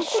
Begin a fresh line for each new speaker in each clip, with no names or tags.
好不好？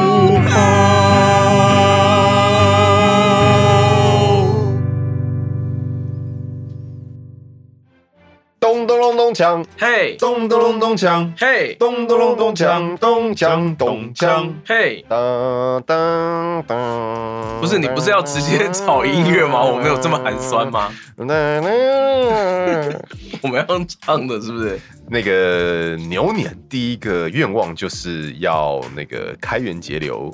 好？咚咚隆咚锵，
嘿，
咚咚隆咚锵，
嘿，
咚咚隆咚锵，咚锵咚锵。
嘿，
当当当！
不是你不是要直接找音乐吗？我们有这么寒酸？吗？我们要唱的是不是？
那个牛年第一个愿望就是要那个开源节流，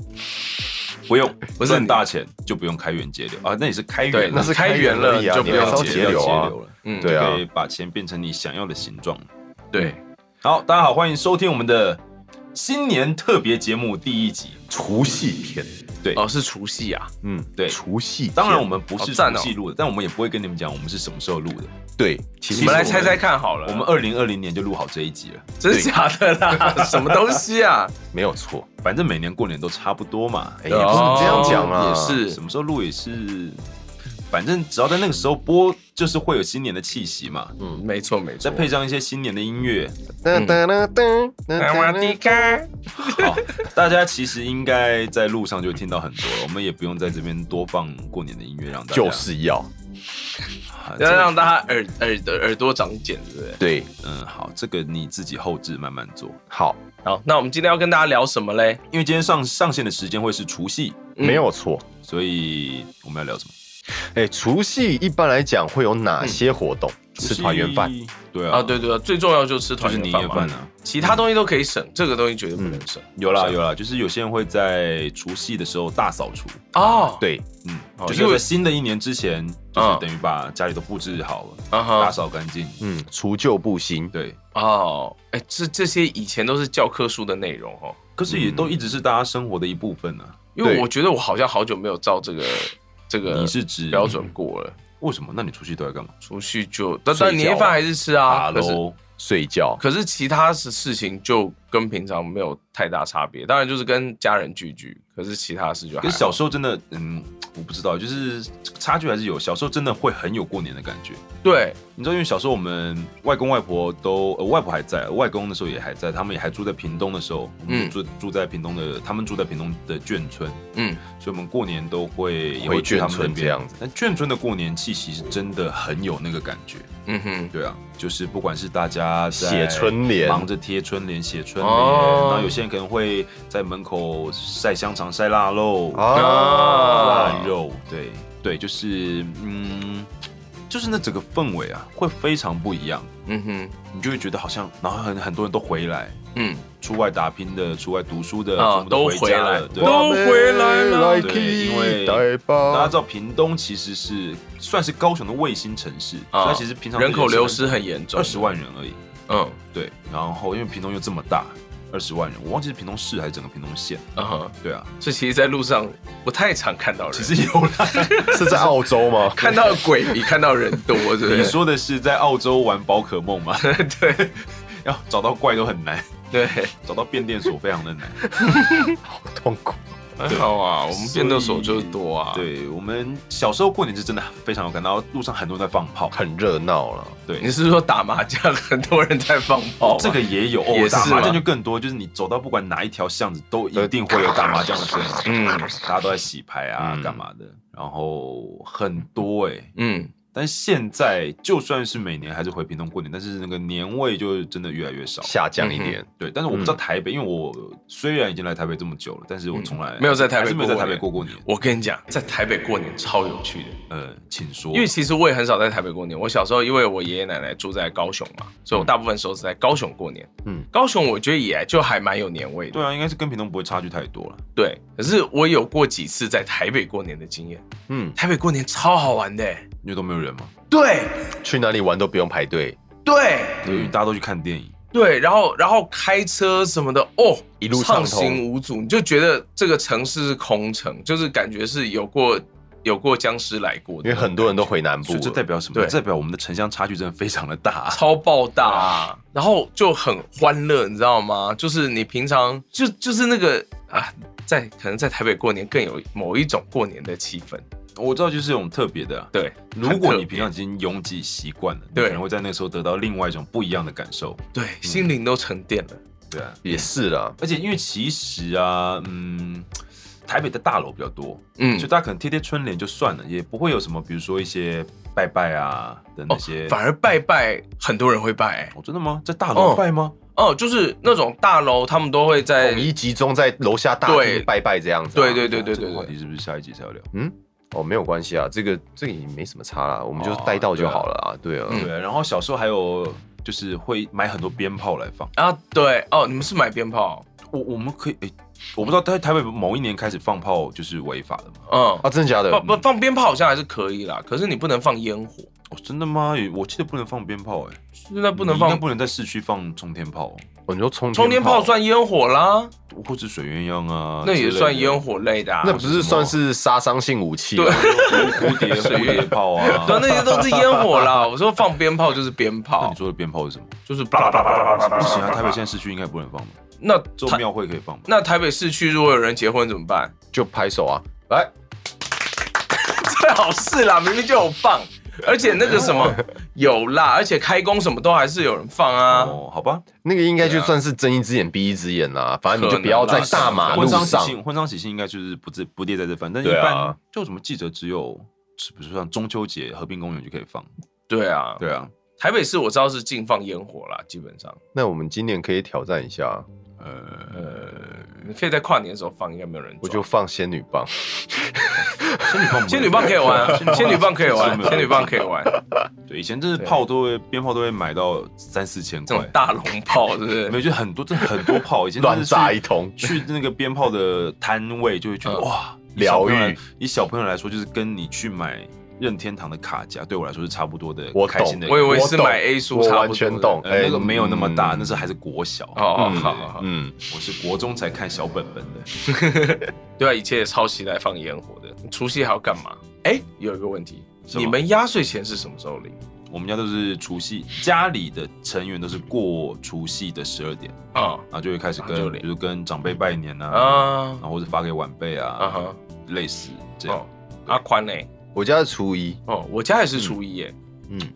不用，
不是
赚
你
大钱就不用开源节流啊，那也是开源
对
了，
那是开源了
了
你
就不用
要
节流啊
了，
嗯，
对啊
可以把钱变成你想要的形状。
对，
好，大家好，欢迎收听我们的新年特别节目第一集。
除夕篇，
哦，是除夕啊，
嗯，
对
除夕篇。
当然，我们不
好
是
赞
除
哦
夕录的，但我们也不会跟你们讲我们是什么时候录的。
对，其
你
实
们啊来
我
猜猜看好了，
我们二零二零年就录好这一集了，
真的假的啦？ 什么东西啊？
没有错。
反正每年过年都差不多嘛。
哎，也不是这样讲啊，
也哦是
什么时候录也是，反正只要在那个时候播，就是会有新年的气息嘛。
没错没错
再，配上一些新年的音乐，
噔噔噔噔噔
台湾地
噔。
卡
好， 大家其实应该在路上就听到很多了，我们也不用在这边多放过年的音乐，让大家
就是要
啊这
要
个
让大家耳耳耳耳朵长茧，对不对？
对，
嗯好，这个你自己后置慢慢做，
好，
好，那我们今天要跟大家聊什么嘞？
因为今天上上线的时间会是除夕，
嗯
没有错。
所以我们要聊什么？
哎，除夕一般来讲会有哪些活动？吃团圆饭
除，夕，对啊，
啊，对对对，最重要就是吃
就
团
是
圆
年
饭啊
夜
嘛
饭啊。
其他东西都可以省，这个东西绝对不能省。
有啦有啦，就是有些人会在除夕的时候大扫除，
哦，，
对，
嗯，
哦
就是
因为
在新的一年之前，就是
嗯
等于把家里都布置好了，
啊
打
哈，
扫干净，
嗯，除旧布新，
对。
哦，哎，这这些以前都是教科书的内容哦，
可是也都一直是大家生活的一部分啊。
因为
对
我觉得我好像好久没有照这个 这个
你是指
标准过了，
为什么？那你除夕都在干嘛？
除去就，但
睡觉啊
但年夜饭还是吃啊，
打
可是
喽，
睡觉，
可是其他的事情就跟平常没有太大差别，当然就是跟家人聚聚，可是其他事就还
跟
好
小时候真的，嗯，我不知道，就是差距还是有。小时候真的会很有过年的感觉，
对，
你知道，因为小时候我们外公外婆都，呃、外婆还在，外公那时候也还在，他们也还住在屏东的时候，我们
嗯
住、住在屏东的，他们住在屏东的眷村，
嗯，
所以我们过年都会也
回
会去他们
眷
那
村
边
这样子。
但眷村的过年气息是真的很有那个感觉，
嗯哼，
对啊，就是不管是大家在
写春联
忙着贴春联、写春联，
哦
然后有些人可能会在门口晒香肠、晒腊肉、
哦
啊
腊肉，对对，就是嗯，就是那整个氛围啊，会非常不一样，
嗯哼，
你就会觉得好像，然后很很多人都回来，
嗯，
出外打拼的、出外读书的，
啊
全部都
都回
家
来
了，对。
都回来了
对因为
台
大家
吧
知道屏东其实是算是高雄的卫星城市，
啊
所以它其实平常
人口流失很严重，
二十，万人而已。
嗯
对，然后因为屏东又这么大，二十万人，我忘记是屏东市还是整个屏东县。
嗯哼，
对啊，
这其实在路上不太常看到人，
其实有啦。
是在澳洲 吗？
看到鬼比看到人多，对不对
你说的是在澳洲玩宝可梦吗？
对
要找到怪都很难，
对，
找到变电所非常的难。
痛苦。
很好啊，我们变动手就是多 啊，，
对我们小时候过年是真的非常有感到路上很多人在放炮，
很热闹了。
对
你。是说打麻将很多人在放炮吗？啊
这个也有，
也
哦，
是啊
打麻
吗
将就更多，就是你走到不管哪一条巷子，都一定会有打麻将的声音。
嗯
大家都在洗牌啊
嗯，
干嘛的？然后很多哎、
嗯，
但现在就算是每年还是回屏东过年，但是那个年味就真的越来越少。
下降一点。
对，但是我不知道
嗯
台北，因为我虽然已经来台北这么久了，但是我从来、
没有在台北
还是没有在
过过
台
年
北过过年。
我跟你讲，在台北过年超有趣的。
呃，请说，
因为其实我也很少在台北过年。我小时候因为我爷爷奶奶住在高雄嘛，所以我大部分时候是在高雄过年。
嗯
嗯，高雄我觉得也就还蛮有年味的。
对啊，应该是跟屏东不会差距太多了。
对，可是我有过几次在台北过年的经验，
嗯，
台北过年超好玩的、
因为都没有人嘛，
对
去哪里玩都不用排队，
对
因为大家都去看电影。
对，然后然后开车什么的，哦，
一路畅通
畅行无阻，你就觉得这个城市是空城，就是感觉是有过有过僵尸来过
因
的
为
那种感觉，
很多人都回南部
所以
了，
这代表什么？
对
这代表我们的城乡差距真的非常的大。
超爆大、啊，然后就很欢乐，你知道吗？就是你平常就就是那个啊，在可能在台北过年更有某一种过年的气氛，
我知道就是有种特别的啊、
对。
如果你
很特别
平常已经拥挤习惯了，你
对
可能会在那时候得到另外一种不一样的感受。
对
嗯
心灵都沉淀了，
对啊，
也是啦。
而且因为其实啊，嗯，台北的大楼比较多，
嗯，
就大家可能贴贴春联就算了，也不会有什么，比如说一些拜拜啊的那
哦
些。，
反而拜拜很多人会拜、欸
哦，真的吗？在大楼
哦
拜吗？
哦，就是那种大楼他们都会在
统一集中在楼下大
对
厅拜拜这样子啊、
对对对对
这个
对
话
对
题是不是下一集才要聊？
哦，没有关系啊，这个这个也没什么差啦，我们就
哦
带到
对
就
啊
好了啊。对啊，
嗯
对，然后小时候还有就是会买很多鞭炮来放。
啊，对哦，你们是买鞭炮，
我我们可以，诶，我不知道在台北某一年开始放炮就是违法的吗？
嗯，
啊，真的假的？
放不放鞭炮好像还是可以啦，可是你不能放烟火，
哦，真的吗？诶我记得不能放鞭炮、诶，哎，
现在不能
你应
放
该不能在市区放冲天炮，
哦你说冲
冲天炮算烟火啦，
或者水鸳鸯啊，
那也算烟
火，
火类的、啊，
那不是算是杀伤性武器吗？啊
对
蝴蝶 水鸳鸯炮啊。
对啊，那些都是烟火啦。我说放鞭炮就是鞭
那
炮
你，说的鞭炮是什么？
就是啪啦啪啦啪啦啪啦
不行啊，台北现在市区应该不能放吧？
那
只有
台
庙会可以放吧？
那台北市区如果有人结婚怎么办？
就拍手啊！来，
最好是啦，明明就有放，而且那个什么有啦，而且开工什么都还是有人放啊。
哦，好吧，
那个应该就算是睁一只眼闭一只眼啦，反正你就不要在大马
婚
路
丧喜
上。
庆，婚丧喜庆应该就是不自不列在这份，但一
对啊
般就什么记者只有，是不是像中秋节和平公园就可以放？
对啊，
对啊，
台北市我知道是禁放烟火啦，基本上
那我们今年可以挑战一下，啊
呃，
你可以在跨年的时候放，应该没有人抓。
我就放仙女棒。
仙女棒，
仙女棒可以 玩啊，仙女棒可以
是
玩，
没有
仙女棒可以玩，
对，以前真是炮都会鞭炮都会买到三四千
这种
块，
大龙炮是不
没
是？
有就很多，这很多炮，以 前
乱炸一
通。
通，
去那个鞭炮的摊位就会觉得、
嗯
哇，
疗愈
以小朋友来。以小朋友来说，就是跟你去买任天堂的卡夹，对我来说是差不多的，
我懂
开心的一个。
我以为
我
是
懂
买 A 数
我
差不多
完全懂。
呃那个没有那么大，
嗯
那时候还是国小。
哦，
嗯
好好好，
嗯，
我是国中才看小本本的。
对啊，以前也超期待放烟火的。除夕还要干嘛？哎，有一个问题，
什么
你们压岁钱是什么时候领？
我们家都是除夕，家里的成员都是过除夕的十二点，
啊
然后就会开始
啊就
跟，
领
比如跟长辈拜年啊，
啊
然后或者发给晚辈
啊
啊
哈，
类似这样
哦。，阿宽呢？嗯
我家是初一，嗯
哦，我家也是初一耶，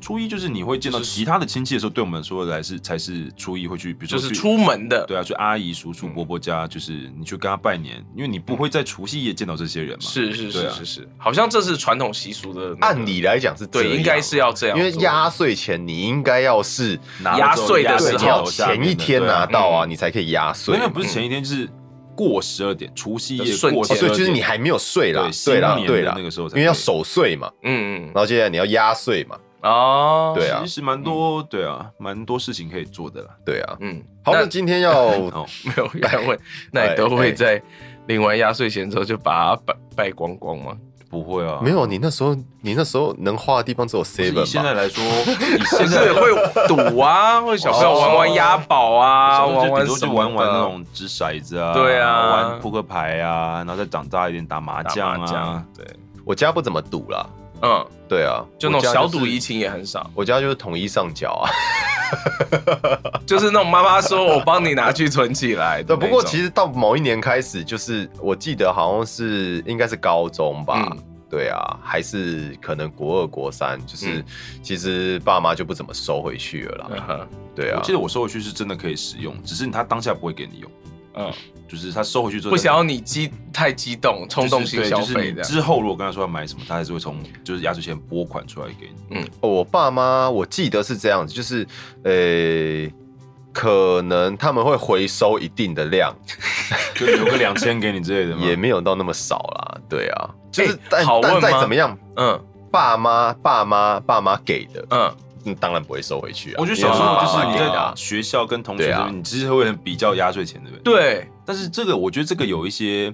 初一就是你会见到其他的亲戚的时候，对我们说来是才是初一会去，比如
就
说
是
去
出门的。嗯
对啊，去阿姨、叔叔、伯伯家，就是你去跟他拜年，因为你不会在除夕夜见到这些人嘛。
是是
对
是
啊
是是，好像这是传统习俗的那个
按理来讲是这
对，
样
应该是要这样
因
做，
为压岁钱你应该要是
拿了之后
压岁的
压
时
对你
在
候
桥
要
下面
前
的
一天
对啊
拿到啊，你才可以压岁
没
嘛。
有不是前一天，就是过十二点，除夕夜
瞬
过
间
12
哦，
点
对，就是你还没有睡啦
对，新
对啦，
年的
对啦，
那个时候才
因为要
可以
守岁嘛，
嗯嗯
然后接下来你要压岁嘛，
哦，
对啊
其实蛮多，对啊，蛮多事情可以做的啦。
对啊。
嗯，
好，那
那
今天要
哦，
没有人问，那你都会在领完压岁钱之后就把它败败光光吗？
不会啊，
没有你那时候，你那时候能花的地方只有
不是。以
seven
现
吧？
在来 说，以
就
现在
是会赌 啊，或者小朋友玩玩押宝啊，
小时候
玩
就顶
玩
多
什
就
么
玩
的
玩那种掷骰子啊，
对啊
玩扑克牌啊，然后再长大一点打麻
打
将
麻
啊
将，，对，
我家不怎么赌啦，
嗯，
对啊，
就那
我
种
家
小
是
赌怡，情也很少，
我家就是统一上缴啊。
就是那种妈妈说我帮你拿去存起来
对，
的那种。
不过其实到某一年开始，就是我记得好像是应该是高中吧。
嗯
对啊，还是可能国二、国三，就是
嗯
其实爸妈就不怎么收回去了啦。
嗯哼，
对啊，
我记得我收回去是真的可以使用，只是他当下不会给你用，
嗯，
就是他收回去之后
不想要你激太激动，冲动性消
就是对就是
费这
你
样。
之后如果跟他说要买什么，他还是会从就是压岁钱拨款出来给你。
哦我爸妈我记得是这样子，就是呃，可能他们会回收一定的量，
就留个两千给你之类的吗？
也没有到那么少啦。对啊，就是、
哎
但
好问
但
吗
再怎么样，
嗯
爸妈爸妈爸妈给的，
嗯，
嗯，当然不会收回去啊。
我觉得小时候就是你
因为爸妈给的
在
啊
学校跟同学
对
之
啊
间，你其实会很比较压岁钱，对不对？。
对，
但是这个，我觉得这个有一些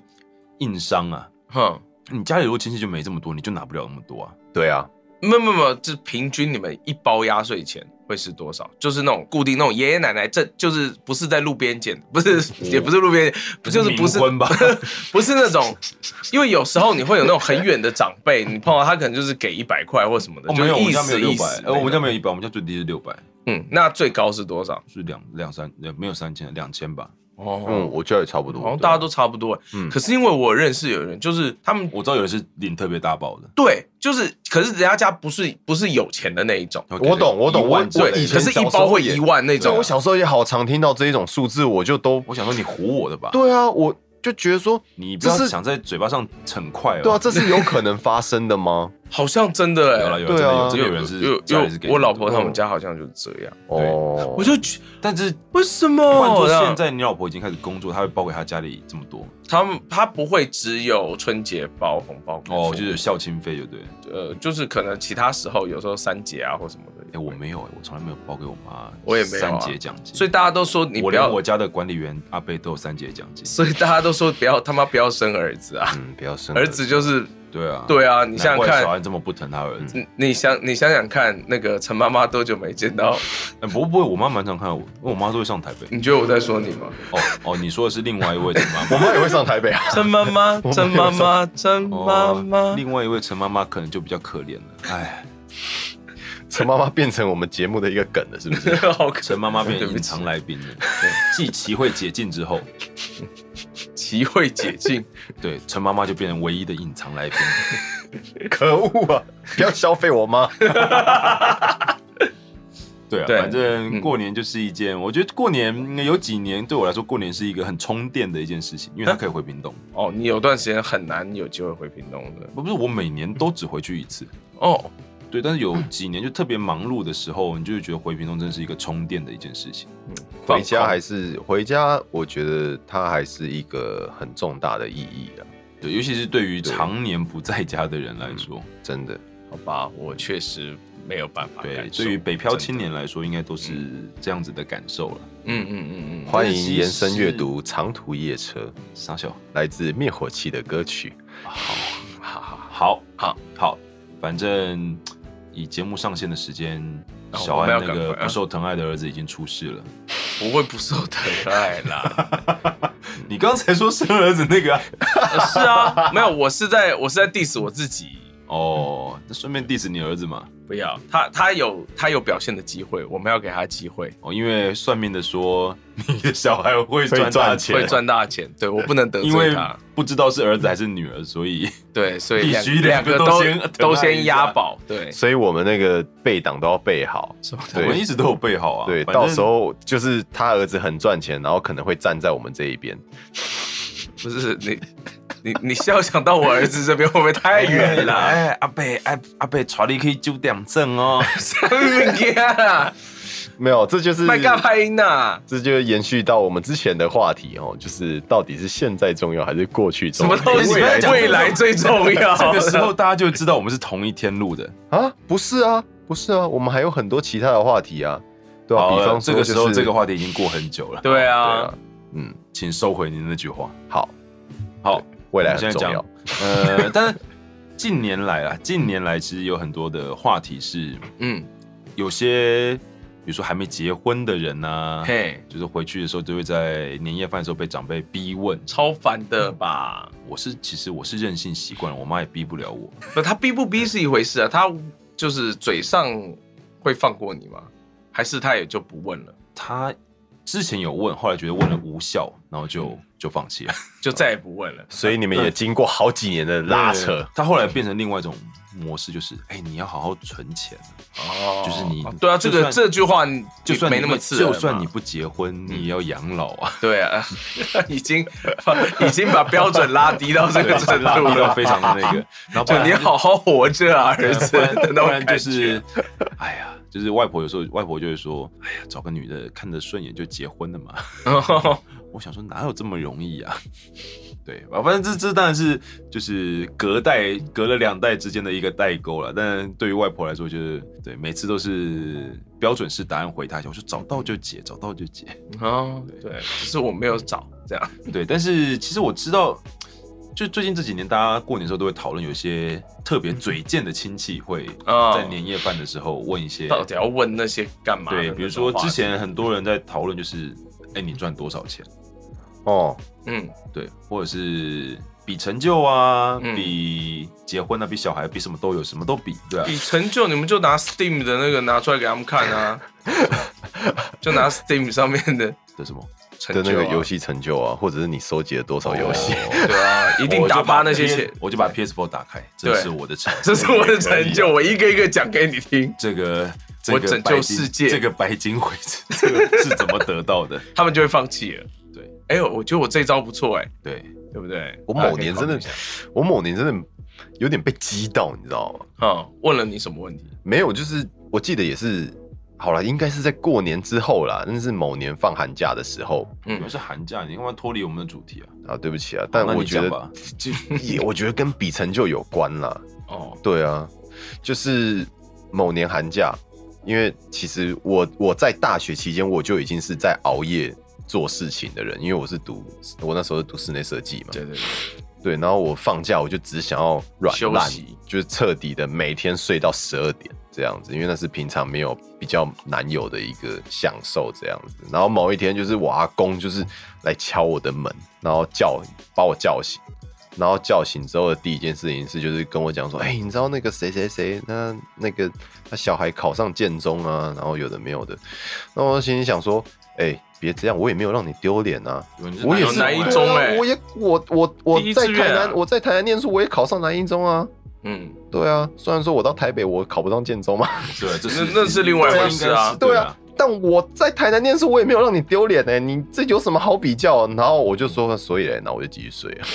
硬伤啊。
哼，
你家里如果亲戚就没这么多，你就拿不了那么多啊。
对啊，
没有没有没有，这平均你们一包压岁钱，会是多少？就是那种固定那种爷爷奶奶，这就是不是在路边捡，不是
嗯
也不是路边捡，不就是不是
冥 婚吧
不是 那种，因为有时候你会有那种很远的长辈，你碰到他可能就是给一百块或什么的，
哦，
就
没
是
有，我
意
们家没有
思
六
意
百
思，。
呃，我们家没有一百，我们家最低是六百，
嗯，那最高是多少？
是两两三，呃，没有三千，两千吧。
哦，
嗯，我觉得也差不多。
好像大家都差不多。
嗯
可是因为我认识有人，就是他们
我知道有人是领特别大包的，
对，就是可是人家家不是不是有钱的那一种，
然后
我懂
给了
我懂
一万
我
之
对
类的
以，前
可是一
小时候
包会
也
一万那
对，
种啊
我。小时候也好常听到这一种数字，我就都
我想说你唬我的吧？，
对啊，我就觉得说，
你不要
这是
想在嘴巴上逞快哦。
对啊，这是有可能发生的 吗？
好像真的
有
哎、
了
欸，
有了，真
对
的
啊
有，真的有人是
有
家里是给
有，我老婆
的
他们家好像就是这样，
哦，
我就觉
嗯但是
为什
换
么
做
这样
现在你老婆已经开始工作，她会包给她家里这么多
他们他不会只有春节包红包给
哦，
父
就
母
是孝亲费，对不对？
呃，就是可能其他时候有时候三节啊或什么
哎，，
的
我没有，哎我从来没有包给我妈，
我也没有啊
三节奖金，
所以大家都说你
我
不
连
要，
我家的管理员阿贝都有三节奖金。
所以大家都说不要他妈不要生儿子 啊，
嗯，不要生
儿子就是
对啊，
对啊，你想想
难怪
看
小，安这么不疼他儿子。
你你想你想想看，那个陈妈妈多久没见到？
哎不过不会，我妈蛮常看我，因为我妈都会上台 北。
你觉得我在说你吗？
哦哦，你说的是另外一位陈妈
我
妈。
妈也会上台北啊。
陈妈 妈，陈妈妈，陈 妈
哦
妈，
另外一位陈妈妈可能就比较可怜了。哎，
陈妈妈变成我们节目的一个梗了，是不 是？
好可
陈妈妈变
对
成
不
隐
起
藏来宾了。对，继齐慧解禁之后，
齐慧解禁，
对陈妈妈就变成唯一的隐藏来宾。
可恶啊！不要消费我 妈。
对啊，
对
反正
嗯
过年就是一件，我觉得过年嗯有几年对我来说，过年是一个很充电的一件事情，因为它可以回屏东。
哦，你有段时间很难有机会回屏东的
不不是我每年都只回去一次，
哦。
对，但是有几年就特别忙碌的时候，你就会觉得回屏东真的是一个充电的一件事情。
回家还是回家，我觉得它还是一个很重大的意义啊，
对，尤其是对于常年不在家的人
嗯
来说，
真的。
好吧，我确实没有办法
对，
感受。
对于北漂青
真的，
年来说，应该都是这样子的感受了。
嗯嗯嗯嗯，
欢迎延伸阅读《长途夜车
傻笑，》，
来自灭火器的歌曲。
好好好，
好，
好，
好，反正以节目上线的时间，
哦
小
我们
安
要
那个
赶快啊
不受疼爱的儿子已经出世了。
不会不受 疼爱啦。嗯
你刚才说生儿子那个啊、
呃是啊，没有，我是在我是在 diss 我自己。
哦，那顺便 diss 你儿子嘛？
不要他，他有他有表现的机会，我们要给他机会，
哦，因为算命的说你的小孩会赚
会
大
赚钱
会赚大钱。对我不能得
啊因为
罪他，
不知道是儿子还是女儿，所以
对，所以
必
两
须两
两
个
个
都
都
先
都
疼爱一
先
下
押宝， 对，
所以我们那个背档都要背好。
我
对
们一直都有备好啊。
对，
反正
到时候就是他儿子很赚钱，然后可能会站在我们这一边。
不是你，你你要想到我儿子这边会不会太远了？
哎，阿贝，阿阿贝，传你可以九点正 哦。
上面 啊，
没有，这就是
麦嘎拍音呐，
这就延续到我们之前的话题哦，就是到底是现在重要还是过去
什
重要？
么东西
未来重要
未来最重要。
这个时候大家就知道我们是同一天录的。
啊？不是啊，不是啊，我们还有很多其他的话题啊，对吧、
好
比
了
方说、
这个时候这个，话题已经过很久了，
对
对
啊
啊，，嗯，
请收回您那句话。
好，
好，
未来
我
很
们现在
重
讲
要。
呃，但是近年来啊， 近年来其实有很多的话题是
嗯，
有些，比如说还没结婚的人呢、
嘿，
就是回去的时候就会在年夜饭的时候被长辈逼问。
超烦的吧？
我是其实我是任性习惯了，我妈也逼不了我。
不，他逼不逼是一回事啊，他就是嘴上会放过你吗？还是他也就不问了，
她之前有问，后来觉得问了无效，然后
嗯
就就放 弃了。
就再也不问了？
所以你们也经过好几年的拉扯，
她后来变成另外一种模式，就是哎、你要好好存钱。
哦
就是你
对啊，这
就算
个这句话你
就算你
没那么
不
刺耳嘛，嗯
就算你不结婚，你也要养老 啊。
对啊，已经已经把标准拉低到这个程
拉
度
低到
了，
非常的那 个，然后不
就
然
你好好活着啊，儿
不
子
然
的那
不
种
然
感
就
觉
是，哎呀，就是外婆有时候外婆就会说，哎呀，找个女的看着顺眼就结婚了嘛。 我想说哪有这么容易啊？ 对，反正这这当然是就是隔代隔了两代之间的一个代沟了，但对于外婆来说，就是对每次都是标准式答案回答一下，我说找到就结，找到就结。
哦，对，只是我没有找这样，
对，但是其实我知道，就最近这几年，大家过年的时候都会讨论，有些特别嘴贱的亲戚会
啊
在年夜饭的时候问一些，
到底要问那些干嘛的
对，
那种话题？
比如说之前很多人在讨论，就是哎、你赚多少钱？
哦，
嗯，
对，或者是比成就啊，
嗯
比结婚啊，比小孩，比什么都有，什么都比，对啊。
比成就你们就拿 Steam 的那个拿出来给他们看啊，就拿 Steam 上面的
这什么？
成就、
的
啊、
那个游戏成就啊，或者是你收集了多少游戏，
哦
对啊，一定打趴那些钱，
我就把 PS4 打开，这
对
是我的成就，
这是我的成就，
也可以啊。
我一个一个讲给你听。
这个，这
我
个
拯
白
救
金
世界
这个白金回 子这个是怎么得到的？
他们就会放弃了。
对
哎、呦，我觉得我这一招不错哎、
对，
对不对？
我
大家
某
可以
年
考
真
虑
的
一下，
我某年真的有点被激到，你知道吗？
嗯，问了你什么问题？
没有，就是我记得也是，好了，应该是在过年之后啦，那是某年放寒假的时候
你们是寒假，你干嘛脱离我们的主题啊？
啊，对不起啊，但
那你
我觉
讲吧
得就 也我觉得跟比成就有关啦，
哦，
对啊，就是某年寒假，因为其实我我在大学期间我就已经是在熬夜做事情的人，因为我是读我那时候是读室内设计嘛，
对对对，
对，然后我放假我就只想要软
休
烂
息，
就是彻底的每天睡到十二点这样子，因为那是平常没有比较难有的一个享受这样子。然后某一天就是我阿公就是来敲我的门，然后叫把我叫醒，然后叫醒之后的第一件事情是就是跟我讲说，哎、你知道那个谁谁谁，那那个他小孩考上建中啊，然后有的没有的，那我心里想说，哎、别这样，我也没有让你丢脸啊，我也
有
是
南一
对啊
中欸
我也我我我
第一
在
志愿
台南、
啊
我在台南念书，我也考上南一中啊。
嗯，
对啊，虽然说我到台北我考不上建中嘛，
对，这是
那那是另外一回事啊
应该是
对啊，，但我在台南念书，我也没有让你丢脸呢，你这有什么好比较？然后我就说，所以嘞，那我就继续睡了。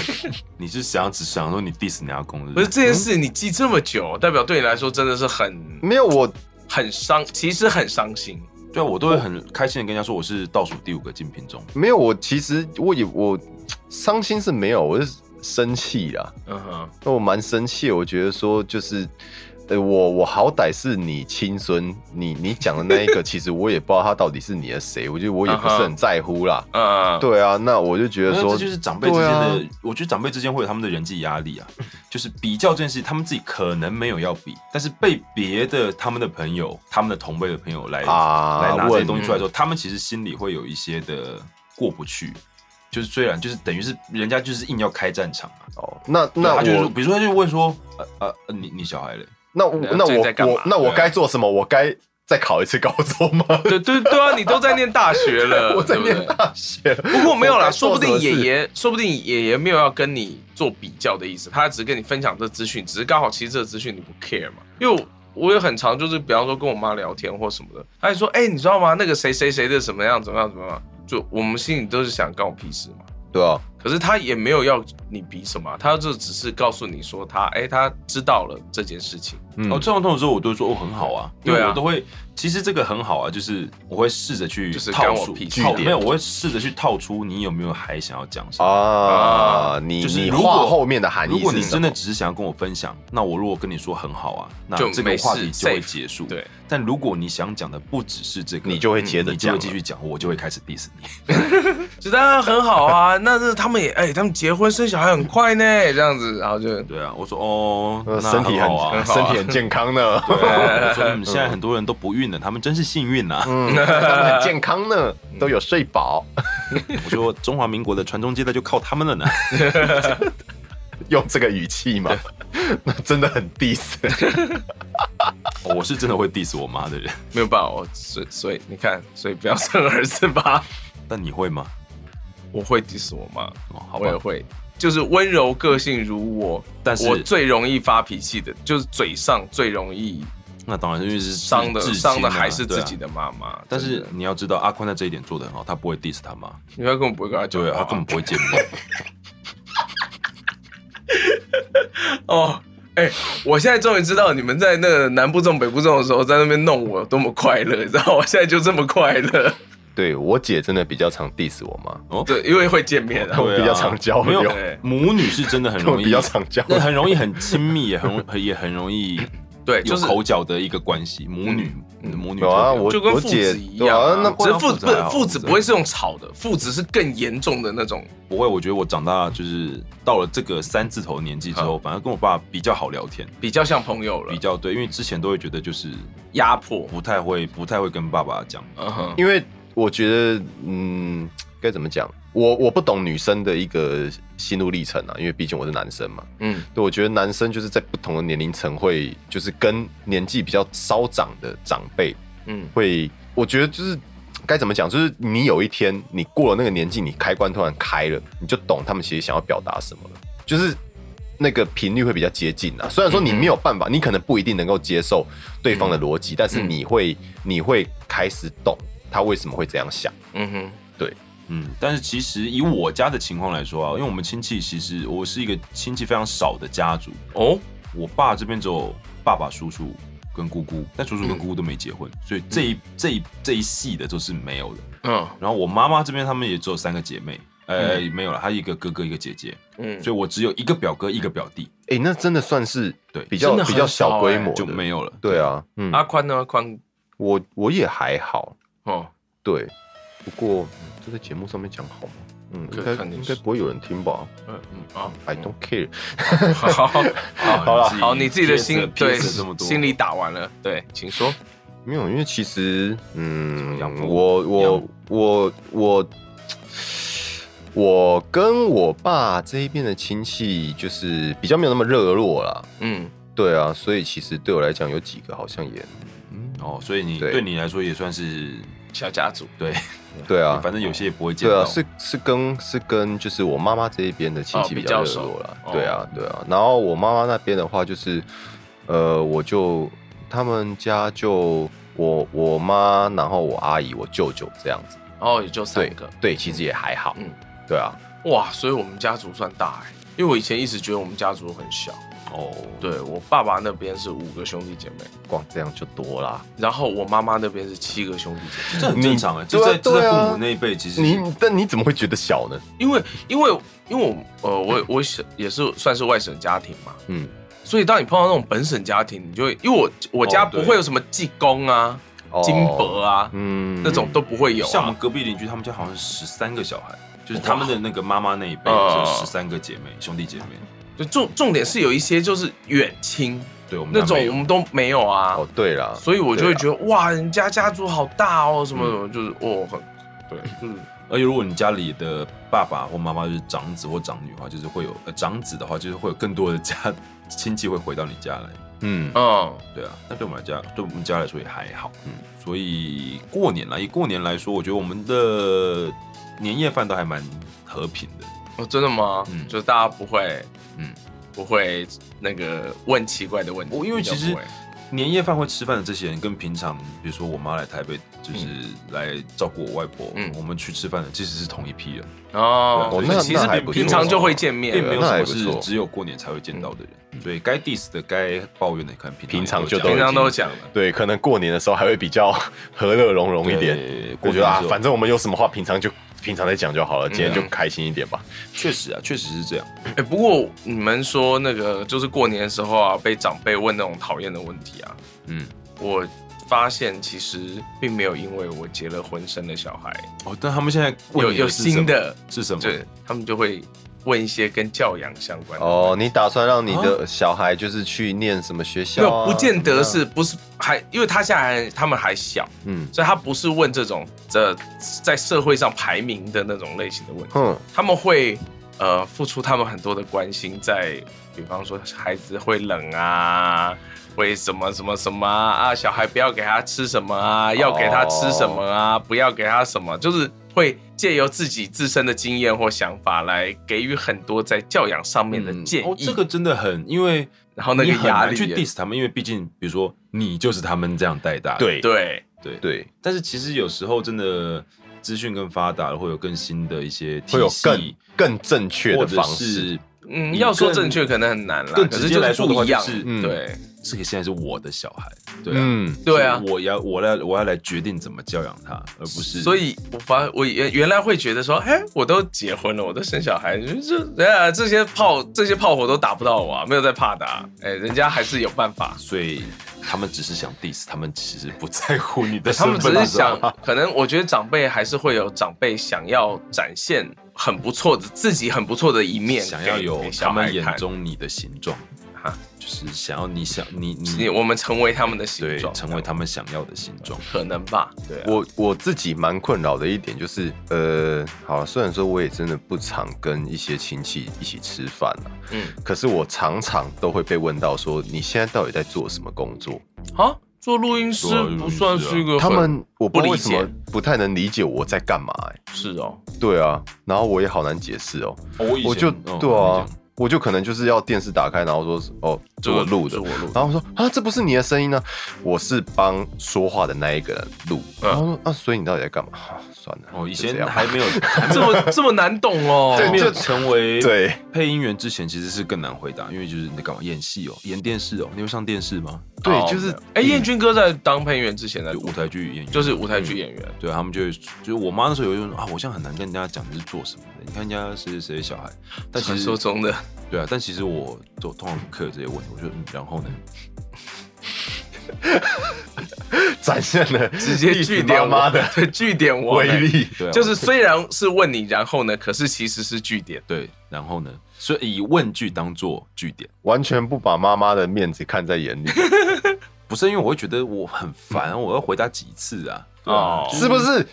你是想只想说你 diss 你阿公是
不是
是
这件事你记这么久，代表对你来说真的是很
没有我，
很伤，其实很伤心。
对啊，我都会很开心的跟人家说我是倒数第五个竞品中。
没有我，其实我也我伤心是没有，我是生气啦。
嗯哼，
那我蛮生气，我觉得说就是，呃，我我好歹是你亲孙，你你讲的那一个，其实我也不知道他到底是你的谁，我觉得我也不
啊
是很在乎啦。
嗯，
对啊，那我就觉得
那
说，
这就是长辈之间
对啊
的，我觉得长辈之间会有他们的人际压力啊，就是比较这件事情，他们自己可能没有要比，但是被别的他们的朋友、他们的同辈的朋友来、
啊
来拿这些
问
东西出来之后，他们其实心里会有一些的过不去，就是虽然就是等于是人家就是硬要开战场嘛，
哦，那
对
那
他就是
我
比如说他就问说，呃呃，呃你你小孩嘞？
那我
啊
那
最近在干
我
嘛
我那我该做什么？我该再考一次高中吗？
对对对啊，你都在念大学 了，
我在
对不对
念大学，
不过没有
我
啦，
该
说
做
不
什
定
么
爷
事
爷，说不定爷爷没有要跟你做比较的意思，他只是跟你分享这资讯，只是刚好其实这资讯你不 care 嘛。因为我也很常就是，比方说跟我妈聊天或什么的，她就说：“哎、你知道吗？那个谁谁谁的怎么样怎么样怎么样？”就我们心里都是想干我屁事嘛。
对啊，
可是他也没有要你比什么啊，他就只是告诉你说他哎、他知道了这件事情。
嗯
哦，这种通常时候我都会说哦很好啊，因为
对啊
我都会，其实这个很好啊，就是我会试着去
就是
套
干我
出
屁事
套，
点
没有，我会试着去套出你有没有还想要讲什么。
啊，你
就是
你
如果
话后面的含义
如
是什么，
果你真的只是想要跟我分享，那我如果跟你说很好啊，那
就
这个
没事
话题就会
safe
结束。
对，
但如果你想讲的不只是这个，
你就会接着
你就会
讲
继续讲，我就会开始 diss 你。
就当然很好啊，那是他们也哎、他们结婚生小孩很快呢，这样子，然后就
对啊，我说哦，
呃
那
身体
很好啊
很。身体很健康呢，
对 啊 我说嗯现在很多人都不孕了，他们真是幸运啊呐、
嗯，他们很健康呢，
嗯
都有睡饱，
我说中华民国的传宗接代就靠他们了呢。
用这个语气嘛， 那真的很 diss。
哦我是真的会 diss 我妈的人，
没有办法，我所以所以你看，所以不要生儿子吧。
但你会吗？
我会 diss 我妈，
哦，好
我也
吧，
会，就是温柔个性如我，
但是
我最容易发脾气的，就是嘴上最容易
那当然，因为是
伤的
至亲啊
伤的还是自己。
对啊
的妈妈。
但
真
是
的
你要知道，阿宽在这一点做的很好，他不会 diss 他妈，
你要根本不会跟她讲
对啊，他
话
根本
啊，
不会见面。
哦。哎、我现在终于知道你们在那个南部粽北部粽的时候，在那边弄我有多么快乐，你知道？我现在就这么快 乐，
对我姐真的比较常 diss 我妈，
对，因为会见面啊
我。比较常交
没
流
有
对
母女是真的很
我
容易
比较常交
那
流。
很容易很亲密，也很容也很容易
对，
有
就是
口角的一个关系，母女
嗯
母女
有啊，
特有
我
就跟
我
父
姐
子一
对
样
啊
啊、，
那
会
只是父
父
子
子
不
还好
父子不会是用吵的，父子是更严重的那种。
不会，我觉得我长大就是到了这个三字头的年纪之后，反而跟我爸比较好聊天，
比较像朋友了，
比较对，因为之前都会觉得就是
压迫。
不太会不太会跟爸爸讲，
嗯哼，
因为我觉得，嗯，该怎么讲？我我不懂女生的一个心路历程啊，因为毕竟我是男生嘛。
嗯，
对，我觉得男生就是在不同的年龄层会，就是跟年纪比较稍长的长辈，
嗯
嗯，会，我觉得就是该怎么讲，就是你有一天你过了那个年纪，你开关突然开了，你就懂他们其实想要表达什么了，就是那个频率会比较接近啊。虽然说你没有办
嗯
法，你可能不一定能够接受对方的逻辑，但是你会你会开始懂他为什么会这样想。
嗯哼，
嗯，但是其实以我家的情况来说啊，因为我们亲戚其实我是一个亲戚非常少的家族，
哦，
我爸这边只有爸爸、叔叔跟姑姑，但叔叔跟姑姑都没结
嗯
婚，所以这一这一这一系的都是没有的。
嗯
然后我妈妈这边他们也只有三个姐妹，呃，
嗯
没有了，她一个哥哥一个姐姐，
嗯，
所以我只有一个表哥一个表弟，
哎、那真的算是
对
比较
真的很
比较
少
小
欸
规模的，
就没有了。
对啊，嗯，
阿宽呢？阿宽
我我也还好，
哦，
对，不过、嗯这在节目上面讲好吗？嗯，
可以
应该
看电
应
视
该不会有人听吧
嗯嗯啊，
？I don't care。
好
好
了
好，你自己的
撇
心
着
对
撇着这么多
心里打完了，对，请说。
没有，因为其实，嗯
养，父
我我我我我跟我爸这一边的亲戚就是比较没有那么热络啦。
嗯，
对啊，所以其实对我来讲，有几个好像也，嗯，
哦，所以你
对
对你来说也算是
小家族，
对，
对啊，
反正有些也不会见
对
到。
啊，是是跟是跟就是我妈妈这一边的亲戚
哦比较
较热
熟
络啦。
哦
对啊，对啊。然后我妈妈那边的话，就是呃，我就他们家就我我妈，然后我阿姨，我舅舅这样子。
哦，也就三
对
个，
对，其实也还好。
嗯
嗯，对啊，
哇，所以我们家族算大哎，因为我以前一直觉得我们家族很小，
哦，
对我爸爸那边是五个兄弟姐妹，
光这样就多啦。
然后我妈妈那边是七个兄弟姐妹。
这很正常啊。
你
就
对
在
啊
就
对
在
啊
父母那一辈，其实
你但你怎么会觉得小呢？
因为因为因为我呃我我是也是算是外省家庭嘛，
嗯，
所以当你碰到那种本省家庭，你就会因为我我家
哦对
不会有什么济公啊、
哦
金箔啊、
嗯
那种都不会有、
像我们
啊。
隔壁邻居，他们家好像十三个小孩，就是他们的那个妈妈那一辈
哇
是十三个姐妹兄弟姐妹。
就重重点是有一些就是远亲
对，我们
那
家
种
嗯没有
我们都没有啊，
哦，对啦，
所以我就会
对啊
觉得、哇，人家家族好大哦，什么什么，就是哦很对，就是
而呃且如果你家里的爸爸或妈妈就是长子或长女的话，就是会有呃长子的话，就是会有更多的家亲戚会回到你家来。
嗯，
嗯
对啊，那对我们来讲，对我们家来说也还好。嗯，所以过年来，以过年来说，我觉得我们的年夜饭都还蛮和平的。
哦真的吗？
嗯
就是大家不会
嗯，
不会那个问奇怪的问题，
我因为
比较
其实
不会
年夜饭会吃饭的这些人，跟平常比如说我妈来台北，就是来照顾我外婆，
嗯
我们去吃饭的其实是同一批人，
哦，
对
所以
那
其
那
实
还
平
不
平
错
常就会见面
并
对
没有
那
什
还
么
不
是
错
只有过年才会见到的人。所以该 diss 的、该抱怨的，可能平
平常
也
就
讲
都
嗯平常都讲了。
对，可能过年的时候还会比较和乐融融一点。
对，过
我觉
年
得啊
的时，候
反正我们有什么话，平常就平常再讲就好了，今天就开心一点吧。
确实啊，确实是这样。
哎、不过你们说那个就是过年的时候啊，被长辈问那种讨厌的问题啊，
嗯，
我发现其实并没有因为我结了婚生了小孩，
哦，但他们现在问
有
你
有
是什
新
么嗯
的，
是什么？
对他们就会问一些跟教养相关的。
哦，你打算让你的小孩就是去念什么学
没
校、
有，
啊？
不见得
怎么
是不是还，因为他现在还他们还小，
样，嗯
所以他不是问这种这在社会上排名的那种类型的问题。
哼，
他们会呃付出他们很多的关心在，比方说孩子会冷啊，会什么什么什么啊，啊小孩不要给他吃什么
哦
啊，要给他吃什么啊，不要给他什么，就是会借由自己自身的经验或想法来给予很多在教养上面的建议。
哦，这个真的很，因为
然后那个
你很
压
难
力
去
耶
diss 他们，因为毕竟比如说你就是他们这样带大的，
对
对，
对对。
对，
但是其实有时候真的资讯更发达了，会有更新的一些体系，
会有更更正确
或
的
者
方式。
是
嗯，
你
要说
更
正确可能很难啦，
更
可
直
是
接
就
来
是
说的
不
话
一
就
样
是，
嗯
对
这个现在是我的小孩，对啊，
嗯，
对啊。
我要我来我要来决定怎么教养他，而不是
所以我发我原原来会觉得说，哎，我都结婚了，我都生小孩，就是这啊这些炮这些炮火都打不到我啊，没有在怕的啊，哎，人家还是有办法。
所以他们只是想 diss，他们其实不在乎你的啊
他们
身
只
份
是
你知道
想
吗，
可能我觉得长辈还是会有长辈想要展现很不错的自己很不错的一 面，
想要有他
给小孩
们眼
看
中你的形状
啊，
就是想要你想你
你
你
我们成为他们的形
嗯对
状，
成为他们想要的形状。
可能吧，对、啊，
我我自己蛮困扰的一点就是，呃，好了，虽然说我也真的不常跟一些亲戚一起吃饭啊，
嗯，
可是我常常都会被问到说，你现在到底在做什么工作？
啊，做录音师
对啊录音师
不算是一个
他
很
们我不知道为什
不
么
理解
不太能理解我在干嘛、欸。
是哦，
对啊，然后我也好难解释哦、
我以前
我就
哦
对啊
你讲，
我就可能就是要电视打开，然后说是哦，这我录的
是，我录的，
然后说啊，这不是你的声音呢，我是帮说话的那一个人录。
嗯
然后说啊，所以你到底在干嘛？啊算了，
哦，以
就这
前
样
还没有还
这么这么难懂 哦，
对
没有
就
成为
对
配音员之前，其实是更难回答，因为就是你在干嘛演戏哦，演电视哦，你会上电视吗？
对，就是
哎，彦军哥在当配音员之前在
就
做
舞台剧演员，
就是舞台剧演员，
嗯
对他们就会，就是我妈那时候有一种啊，我现在很难跟人家讲你是做什么的，你看人家谁谁谁的小孩，但其
传
实
说中的
对啊，但其实我就通常客人这些问题，我就嗯，然后呢，
展现了
直接 据点
妈
我
妈的
对据点我
威力。
对啊，
就是虽然是问你，然后呢，可是其实是据点。
对，然后呢，所以以问句当做据点，
完全不把妈妈的面子看在眼里，
不是因为我会觉得我很烦，我要回答几次啊，对啊
嗯哦，
是不是？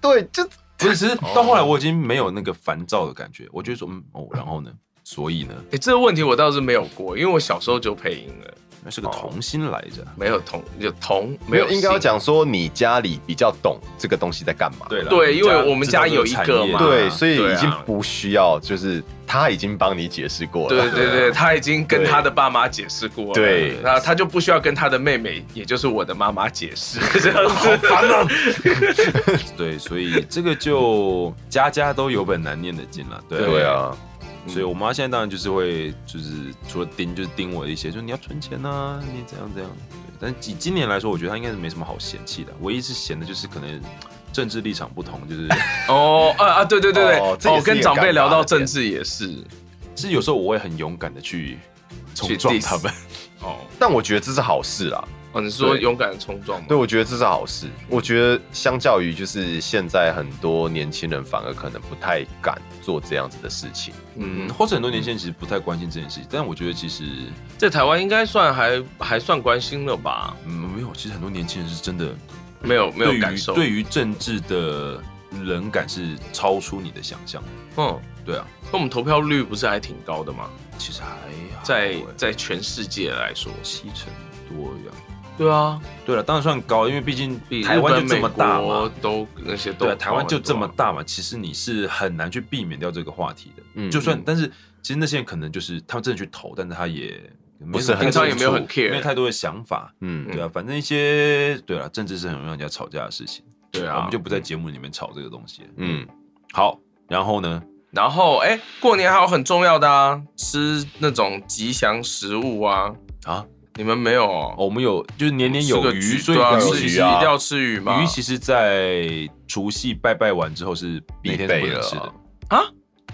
对，就
不是，其实到后来我已经没有那个烦躁的感觉，我就会说嗯哦，然后呢，所以呢，
哎、这个问题我倒是没有过，因为我小时候就配音了，
那
哦
是个童心来着，
没有同有同
没
没
有
有
应该要
姓。
讲说你家里比较懂这个东西在干嘛。
啦
对
你
因为我们
知道
家
这
有一
产
个
业
嘛
对，所以
对啊
已经不需要，就是他已经帮你解释过
对
了。
对对，他已经跟他的爸妈解释过了，
对
那他就不需要跟他的妹妹，也就是我的妈妈解释，这样 子。
对，所以这个就家家都有本难念的经了。对嗯
对，啊，
所以我妈现在当然就是会，就是除了盯，就是盯我一些，说你要存钱啊，你怎样怎样。对，但以今年来说，我觉得她应该是没什么好嫌弃的，唯一是嫌的就是可能政治立场不同，就是
哦啊啊，对对对对，
哦
哦
这也是一个
跟长辈聊
尴尬
到
的点
政治也是，
其实有时候我会很勇敢的去冲
去
撞
diss
他们。
哦，
但我觉得这是好事啦。
哦你说
对
勇敢的冲撞吗？
对，我觉得这是好事。我觉得相较于就是现在很多年轻人反而可能不太敢做这样子的事情。
嗯，
嗯，
或者很多年轻人其实不太关心这件事情，但我觉得其实，
在台湾应该算还还算关心了吧？
嗯，没有，其实很多年轻人是真的
没有没
嗯对
有
于
感受，
对于政治的冷感是超出你的想象的。
嗯，
对啊，
那我们投票率不是还挺高的吗？
其实还好
在
欸
在全世界来说，
七成多呀。
对啊，
对了，当然算高，因为毕竟
比
台湾就这么大
日本美
嘛
国。都那些都
对啊，台湾就这么
高很多啊，
大嘛，其实你是很难去避免掉这个话题的。
嗯
就算
嗯，
但是其实那些人可能就是他们真的去投，但是他也不
是很平常
也没有很 care
没有太多的想法。
嗯，
对啊，反正一些对啊，政治是很容易让人家吵架的事情。
对啊
我们就不在节目里面吵这个东西。
嗯，
好，然后呢？
然后哎、过年还有很重要的啊，吃那种吉祥食物啊，
啊，
你们没有哦？
哦我们有就是年年有
吃个
余，
鱼
所以
对啊，
鱼
有
吃
其
鱼
实
一
啊
定要吃鱼嘛。
鱼其实，在除夕拜拜完之后是那天是不能吃
必备
的
了
啊。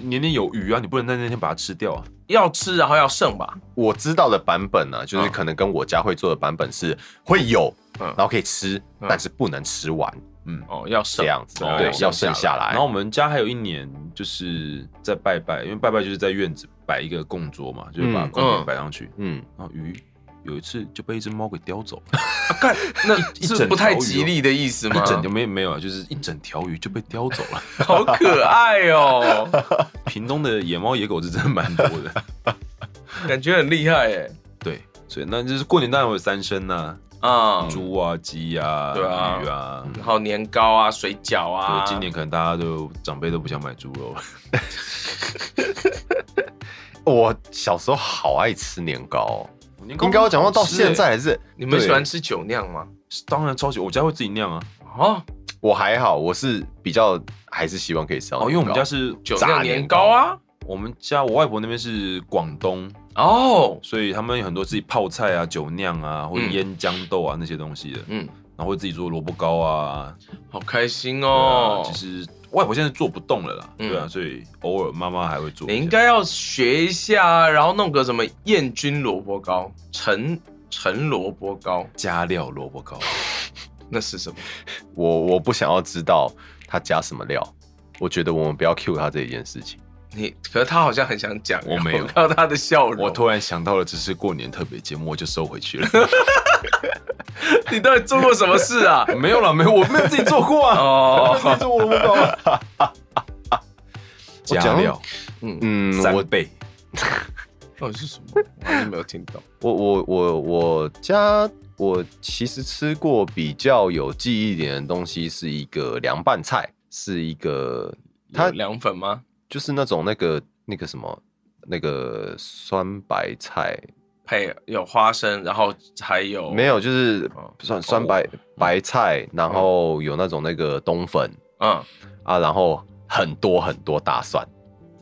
年年有余啊，你不能在那天把它吃掉啊。
要吃，然后要剩吧。
我知道的版本呢、就是
嗯
可能跟我家会做的版本是会有，
嗯
然后可以吃，
嗯
但是不能吃完
嗯，
哦，要
这
剩。
样子，
哦
对，
剩
要剩下
哎
来。
然后我们家还有一年就是在拜拜，因为拜拜就是在院子摆一个供桌嘛，就是把
嗯
供品
嗯
摆上去。
嗯，
然后鱼有一次就被一只猫给叼走了，
啊干，那
一
是
整
不太
条鱼哦
吉利的意思吗
一？整就没没有啊，就是一整条鱼就被叼走了。
好可爱哦，
屏东的野猫野狗是真的蛮多的，
感觉很厉害哎。
对，所以那就是过年当然会有三牲呐、
啊，
猪啊、鸡啊、
对啊
鱼啊。
然后年糕啊、水饺啊，
对，今年可能大家都长辈都不想买猪肉了。
我小时候好爱吃年糕哦、
应
应该我讲到到现在，还是
你们喜欢
对
吃欸酒酿吗？
当然超级，我家会自己酿啊。
哦，
我还好，我是比较还是希望可以吃到
哦，因为我们
年糕
家是
酒
炸
酿
年
年
糕
糕啊，
我们家我外婆那边是广东，
哦，
所以他们有很多自己泡菜啊、酒酿啊，或者
嗯
腌豇豆啊那些东西的，
嗯，
然后会自己做萝卜糕啊。
好开心
对啊
哦。
其实外婆现在做不动了啦，
嗯
对啊，所以偶尔妈妈还会做一
你
下。
应该要学一下，然后弄个什么燕军萝卜糕、陈陈萝卜糕，
加料萝卜 糕，
那是什么？
我我不想要知道他加什么料，我觉得我们不要 cue 他这一件事情。
你可是他好像很想讲，
我没有
看到他的笑容。
我突然想到了，这是过年特别节目，我就收回去了。
你到底做过什么事 啊？
没有了，没有，我没有自己做过啊，我没有自
哦，
己做过萝卜糕啊。加料
嗯，
三
我
倍，
到底是什么？我还是没有听懂。
我我我我家我其实吃过比较有记忆一点的东西，是一个凉拌菜，是一个
他
它
凉粉吗？
就是那种那个那个什么那个酸白菜，
配有花生，然后还有
没有就是
哦
酸酸白白菜，然后有那种那个冬粉
嗯
啊，然后很多很多大蒜，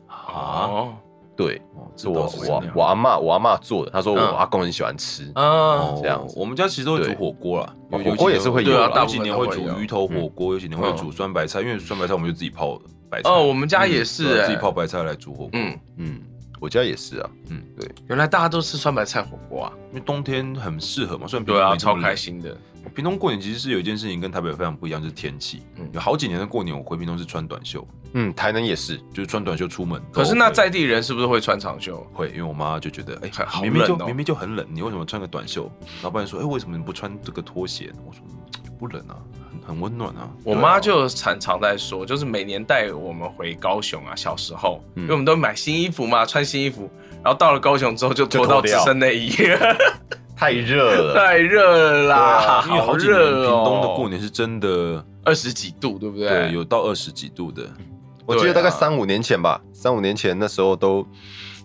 啊，
哦
对，是
这
我
倒是
我
真的
我阿嬷我阿嬷做的，她说我
嗯
阿公很喜欢吃，
啊
哦，
这样子
我们家其实都会煮
对
火锅啦，
哦
有有
火锅
几
也是会
年
有
啊
啦
有几年会煮
大部分都会有
鱼头火锅，有几年会
嗯
煮酸白菜，因为酸白菜我们就自己泡的白菜。
哦，我们家也是
对啊
欸
自己泡白菜来煮火锅。
嗯，
嗯，我家也是啊，
原来大家都吃酸白菜火锅啊？
因为冬天很适合嘛，虽然屏
对
东
啊，
没这么
超
冷
开。心的。
屏东过年其实是有一件事情跟台北非常不一样，就是天气
嗯。
有好几年的过年，我回屏东是穿短袖，
嗯，台南也是，
就是穿短袖出门。
可是那
OK
在地人是不是会穿长袖？
会，因为我妈就觉得，哎、
好
明明就
冷哦
明明就很冷，你为什么穿个短袖？老板说，哎、为什么你不穿这个拖鞋呢？我说嗯不冷啊，很很温暖啊。
我妈就常常在说，就是每年带我们回高雄啊，小时候，因为我们都买新衣服嘛，穿新衣服，然后到了高雄之后就脱
就
到
脱
只
掉
剩内衣，
太热了，
太热啦，
啊因为
啊好
好几年屏
热哦。
东的过年是真的，
二十几度，对不对？
对，有到二十几度的。
我记得大概
对啊
三五年前吧，三五年前那时候都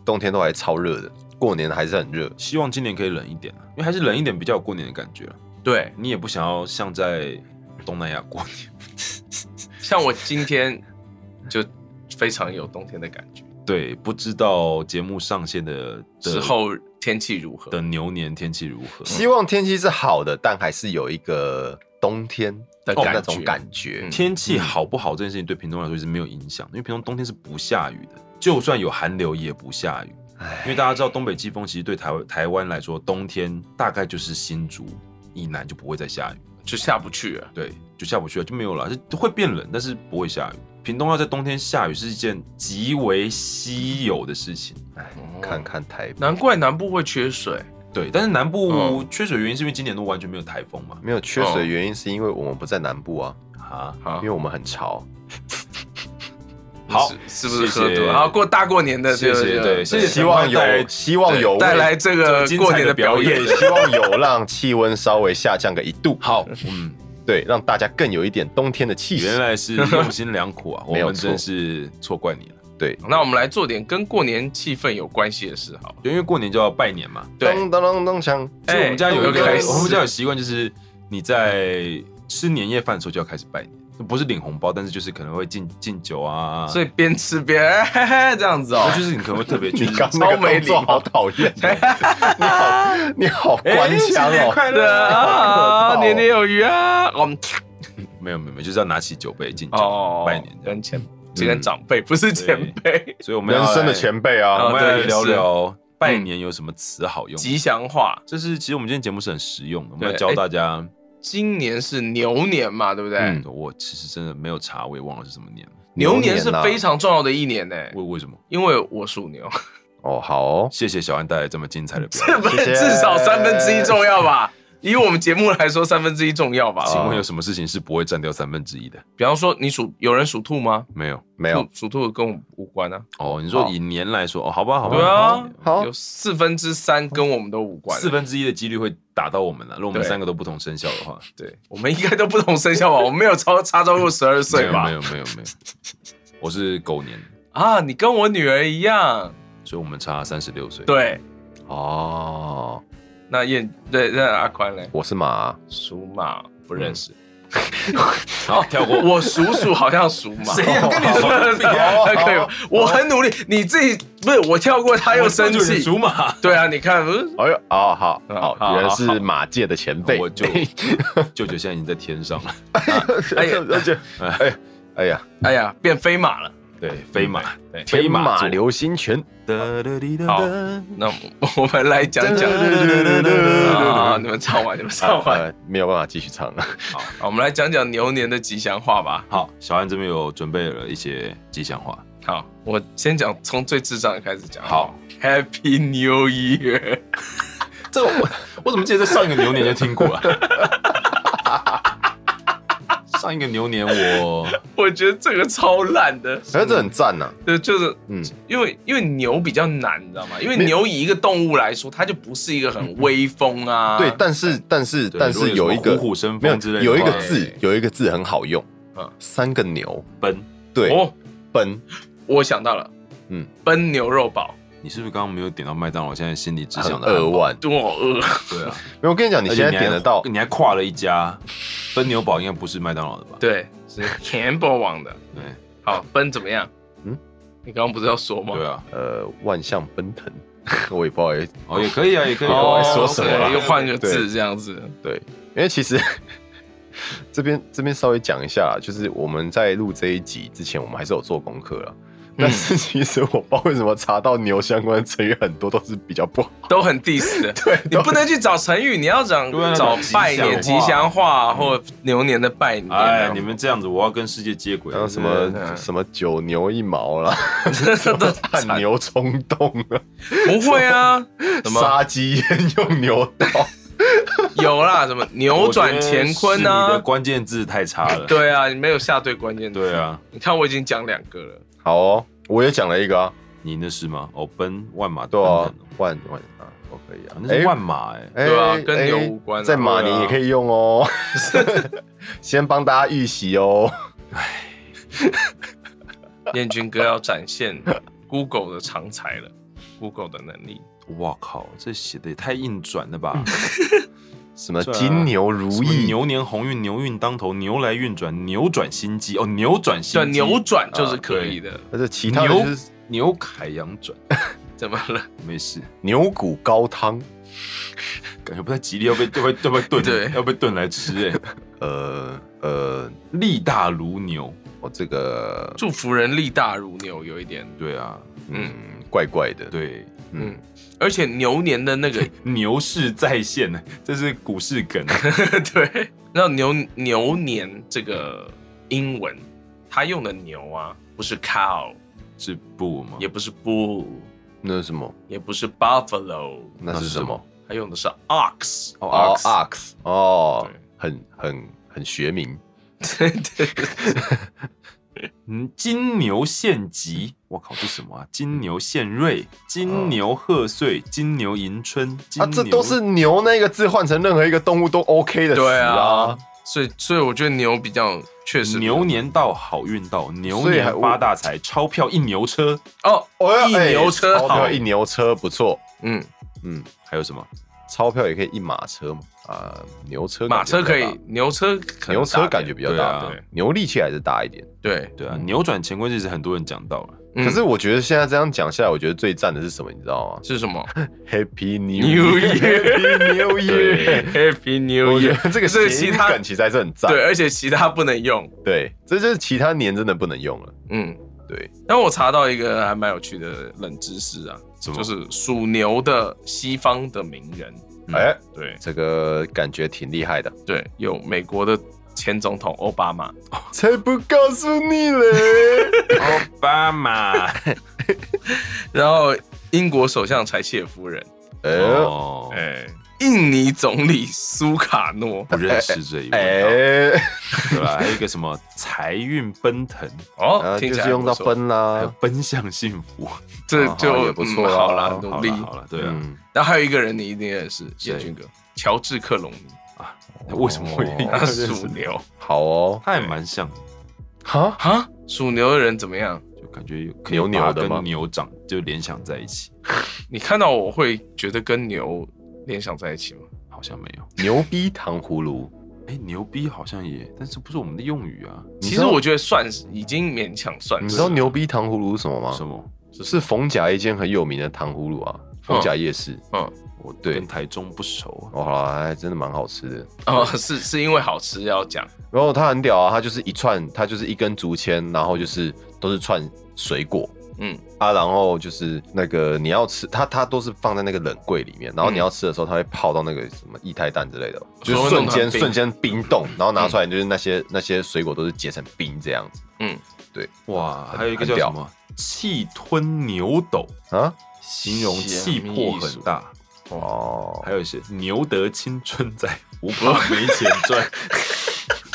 冬天都还超热的，过年还是很热。
嗯
希望今年可以冷一点啊，因为还是冷一点比较有过年的感觉啊
对，
你也不想要像在东南亚过年，
像我今天就非常有冬天的感觉，
对，不知道节目上线的的
之后天气如何？
的牛年天气如何。
希望天气是好的，但还是有一个冬天
的
哦
感
那种
觉
感觉
嗯。
天气好不好这件事情对屏东来说是没有影响，因为屏东冬天是不下雨的，就算有寒流也不下雨。
唉
因为大家知道东北季风其实对台湾台湾来说，冬天大概就是新竹以南就不会再下雨，
就下不去了。
对，就下不去了，就没有了，就会变冷，但是不会下雨。屏东要在冬天下雨是一件极为稀有的事情，
嗯
嗯
看看台北
难怪南部会缺水，
对。但是南部
哦
嗯
缺水原因是因为今年都完全没有台风嘛，
没有缺
哦
水，原因是因为我们不在南部啊，
啊，
好
因为我们很潮。
好，
是是不是
谢
喝
谢
多了？好，过大过年的，
谢谢
就
对谢谢
希望
带来
有希望有
带来这个
这个
过年的表
精彩
演
的
也。希望有让气温稍微下降个一度，
好，嗯，
对，让大家更有一点冬天的气
原
息。
来是用心良苦啊，我
没有
们真
错
是错怪你了。
对，
那我们来做点跟过年气氛有关系的事，好了。
因为过年就要拜年嘛，
对
咚咚咚咚锵，
所以我们家有一个，
哎开始
我们家有习惯，就是你在吃年夜饭的时候就要开始拜年，不是领红包，但是就是可能会敬敬酒啊，
所以边吃边 哎嘿嘿这样子哦
那，就是你可能会特 别去
你刚那
超
个
没
动
礼
作
貌
好讨厌，你好你好官腔
新年
哦。
快
对
乐！
啊，年年有余啊，我们
没有没有没有，就是要拿起酒杯敬酒
哦
拜年这样
跟。前跟长辈不是前辈，
所以我们要
人
来
生的，前辈
我
啊
哦，
们
对
要来
也是嗯
聊聊拜年有什么词好用。
吉祥话。
这是其实我们今天节目是很实用的，我们要
对
教
哎
大家。
今年是牛年嘛，对不对
嗯，？我其实真的没有查，我也忘了是什么年了，
牛年是
牛年啊
非常重要的一年呢，
为为什么？
因为我属 牛，
哦，好哦，
谢谢小安带来这么精彩的表演。
这不
谢谢
至少三分之一重要吧？以我们节目来说，三分之一重要吧？
请问有什么事情是不会占掉三分之一的？
比方说，你属有人属兔吗？
没有
没有
兔，属兔跟我无关啊。
哦，你说
好
以年来说，哦，好吧，好吧，
对
好
啊
吧，
好
有四分之三跟我们都无关。
哦
啊
四，分之一的几率会打到我们了。如果我们
对
三个都不同生肖的 话，
对，我们应该都不同生肖吧？我们没有超差超过十二
没
岁
有没
吧？
有没有没有，我是狗年，
啊，你跟我女儿一样。
所以我们差三十六岁。，
对，
哦，
那燕对那阿宽嘞，
我是马，
嗯
属马不认识，
然后跳过。
我数数好像数马，
谁呀跟你数
可以吗？我很努力，你自己不是我跳过，他又生
我就有
气。
属 马，
对啊，你看，嗯
哎呦，哦，好
好
好，原来
好
是马界的前辈，
我就舅舅现在已经在天上了。
哎呀
而且，哎哎呀，
哎呀，变飞马了。
对，飞马，对，
天
飞马
马
座。
流星拳，
好，那我们来讲讲啊，你们唱完，你们唱 完。
呃没有办法继续唱了。
好我们来讲讲牛年的吉祥话吧。
好，小安这边有准备了一些吉祥话。
好，我先讲从最智障的开始讲。
好
，Happy New Year！
这我我怎么记得在上一个牛年就听过啊？ 上一个牛年我
我觉得这个超烂的，
可是哎这很赞呐，
对，就是，
嗯
因为因为牛比较难，你知道吗？因为牛以一个动物来说，它就不是一个很威风啊。
嗯对，但是但是
对
但
如果
是有
有什
一
么
个
虎虎生
没有
风之类的
有一个
话
字有一个字很好用
嗯，
三个牛
奔，
对
哦，
奔，
我想到了，
嗯，
奔牛肉堡，
你是不是刚刚没有点到麦当劳？现在心里只
很
想着
扼
汉堡。
腕。
多好饿。
对 啊，
没有，我跟你讲，你现在
而且还嗯
点得到
你还跨了一家奔牛堡，应该不是麦当劳的吧？
对，是 Campbell 网的。
对
好，奔怎么样？嗯
嗯，
你刚刚不是要说吗？
对啊，
呃万象奔腾， 我也不哎好意思，
哦也可以啊，也可以啊。
哦
我
说什么
对
啦
又换个
对
字这样子。
对，因为其实 这边这边稍微讲一下，就是我们在录这一集之前，我们还是有做功课了。但是其实我不知道为什么查到牛相关的成语很多都是比较不好，
都很 diss 的。对，你不能去找成语，你要找
对啊
找拜年
吉祥
吉
话
祥话或牛年的拜年
哎
啊。，
你们这样子，我要跟世界接轨。
然后什
对
么什么九牛一毛啦，
这都
汗牛充栋啊，
不会啊？什么
杀鸡焉用牛刀，
有啦？什么扭转乾
我觉得
坤
是你的
啊？
关键字太差了。
对啊，你没有下对关 键词。
对，啊，
你看我已经讲两个了。
好哦，我也讲了一个啊，
你那是吗？哦，奔万马
对
奔腾
啊
哦，，
万万啊，都可以啊
啊，那是万马哎。
哎，
对啊
哎
跟牛无关啊
在马年也可以用 哦，先帮大家预习哦，
燕军哥要展现 Google 的长才了，Google 的能力。
哇靠，这写的也太硬转了吧！
什么
这
金牛嗯如
啊什么
意，
牛年鸿运，牛运当头，牛来运转，扭转心机哦，扭转心
对，
机，
扭转就是可以的。
而且其他的
牛
就是
牛凯阳转，
怎么了？
没事，
牛骨高汤，
感觉不太吉利，要被要被要被炖，
对
要被炖来吃哎，
呃呃，
力大如牛，
我哦这个
祝福人力大如牛，有一点。
对啊，
嗯怪怪的，
对，
嗯
嗯，而且牛年的那个
牛市再现，这是股市 梗，
对，那牛牛年这个英文，它用的牛啊，不是 cow，
是不吗？
也不是 bull，
那是什么？
也不是 buffalo，
那是什么？
它用的是 ox。
哦
ox
，ox，哦
对，
很很很学名，
对对对
嗯，金牛献吉，我靠，这什么
嗯
啊？金牛献瑞，金牛贺岁，金牛迎春，金
啊，
牛
这都是牛那个字换成任何一个动物都 OK 的词
对
啊
啊，，所以所以我觉得牛比较确实
牛年到，好运到，牛
所以还
年发大财，钞票一牛车，
哦
哦，
一牛车
钞
好
票，一牛车不错，
嗯，
嗯，
还有什么？
钞票也可以一马车嘛，啊，牛车
马
感觉
车
比较
可以
大，
牛车可能
牛
大
车
点
感觉比较
对
大
啊，
对
牛力气还是大一点。
对，
对啊，
嗯
扭转乾坤其实很多人讲到了，
嗯
可是我觉得现在这样讲下来，我觉得最赞的是什么？你知道吗
是 什么
？Happy New
New
Year，Happy New Year。
？Happy New
我觉
Year，
得这个
这个
谐
其
音
他
梗其实还是很赞。
对，而且其他不能用，
对，这就是其他年真的不能用了。
嗯。
对，
但我查到一个还蛮有趣的冷知识啊，
什么
就是属牛的西方的名人，
嗯
哎，
对
这个感觉挺厉害的。
对，有美国的前总统奥巴马，
才不告诉你嘞！
奥巴马，
然后英国首相柴契尔夫人，
哎
哦，
哎，印尼总理苏卡诺，
不认识这一位，哦
哎，
对吧？还有一个什么财运奔腾，
哦，
啊
听
就
起来
是用到
不错，
奔
还有
啦。
奔向幸福，
这
哦好
就
也不错
嗯
啊
好啦，
好
努
好
力
了。好了，对啊，
嗯，
然后还有一个人你一定认识，
谁
彦军哥，乔治克隆尼，
为什么会
哦
他属牛
好哦。
他也蛮像的，
哈，
啊，属牛的人怎么样？
就感觉
牛
有
牛的吗
跟牛长就联想在一起，
你看到我会觉得跟牛联想在一起吗？
好像没有。
牛逼糖葫芦，
哎、牛逼好像也，但是不是我们的用语啊？
其
知
实
道
我觉得算是已经勉强算是。
你知道牛逼糖葫芦是什么吗？
什么？
是逢甲一间很有名的糖葫芦啊，逢甲夜市。
嗯
我
对
跟台中不熟啊。
哦，好啦，还真的蛮好吃的。
哦，是是因为好吃要讲
然后它很屌啊，它就是一串，它就是一根竹签，然后就是都是串水果，
嗯
啊，然后就是那个你要吃，它它都是放在那个冷柜里面，然后你要吃的时候，它会泡到那个什么液态蛋之类的，哦就是瞬间
嗯所以
瞬
弄成冰
间冰冻，然后拿出来就是那些、那些水果都是结成冰这样子
嗯
哇，
很
还有一个
很
叫
屌
什么气吞牛斗，
啊。
形容气魄很大。
哦，
还有一些牛得青春在，不怕没钱赚。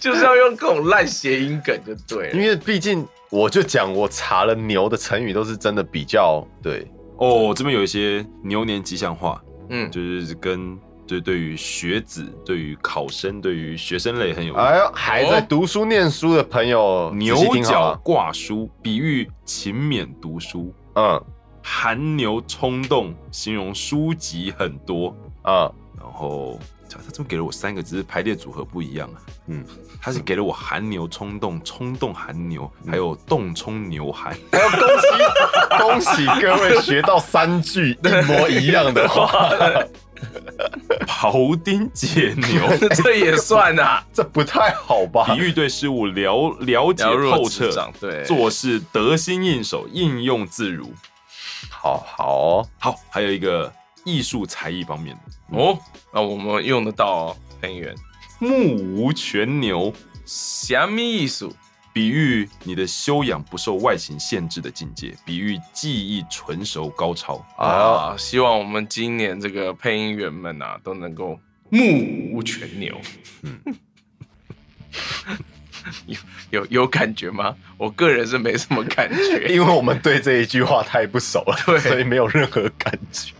就是要用各种烂谐音梗就对
因
了。
为毕竟我就讲我查了牛的成语都是真的比较对，
哦，这边有一些牛年吉祥话，
嗯，
就是跟就是对于学子、对于考生、对于学生类很有用。
哎呦，还在读书念书的朋
哦
友仔细
牛
听好啊
角
了，
挂书，比喻勤勉读书；
嗯
寒牛冲动，形容书籍很多。
嗯，
然后他他这么给了我三个，只是排列组合不一样啊。
嗯
嗯，他是给了我寒牛冲动、冲动寒牛，还有冻冲牛寒。
还有恭喜恭喜各位学到三句 一模一样的 话，
庖丁解牛，
这也算啊，
这不太好吧？
比喻对事物了了解
了
透
若
彻
指，掌，对，
做事得心应手，应用自如。
好好哦，
好，还有一个艺术才艺方面的，
哦，那我们用得到哦，很远。
目无全牛，
虾米艺术
比喻你的修养不受外形限制的境界，比喻技艺纯熟高超。
啊
啊，希望我们今年这个配音员们啊，都能够目无全牛。
嗯
有有有感觉吗？我个人是没什么 感觉。
因为我们对这一句话太不熟了，
对
所以没有任何感觉。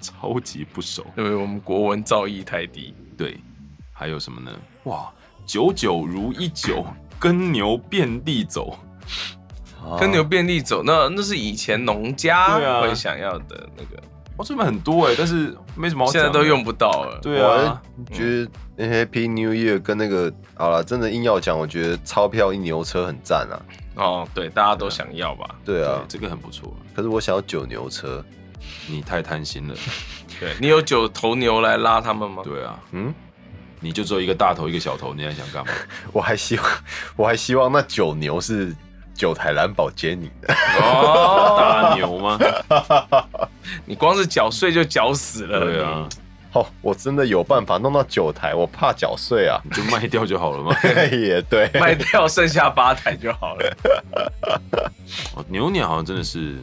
超级不熟。
因为我们国文造诣太低，
对，还有什么呢？哇，九九如一九，跟牛遍地走。
跟
啊
牛遍地走，那那是以前农家
啊对啊
会想要的那个，
哦，这边很多哎、但是没什么好
现在
讲的
都用。不到了。
对啊，
我觉得 Happy New Year 跟那个好了，真的硬要讲，我觉得钞票一牛车很赞啊。
哦，对，大家
啊
都想要吧？
对
对
啊，
这个很不错。
可是我想要九牛车。
你太贪心了。
对你有九头牛来拉他们吗？
对啊，
嗯，
你就只有一个大头一个小头，你还想干嘛？
我还希望， 我还希望那九牛是九台蓝宝坚尼的。
哦，
大牛 吗？
你光是缴税就缴死了。
对啊，
哦，我真的有办法弄到九台，我怕缴税啊。
你就卖掉就好了嘛。
也对，
卖掉剩下八台就好了。
哦牛年好像真的是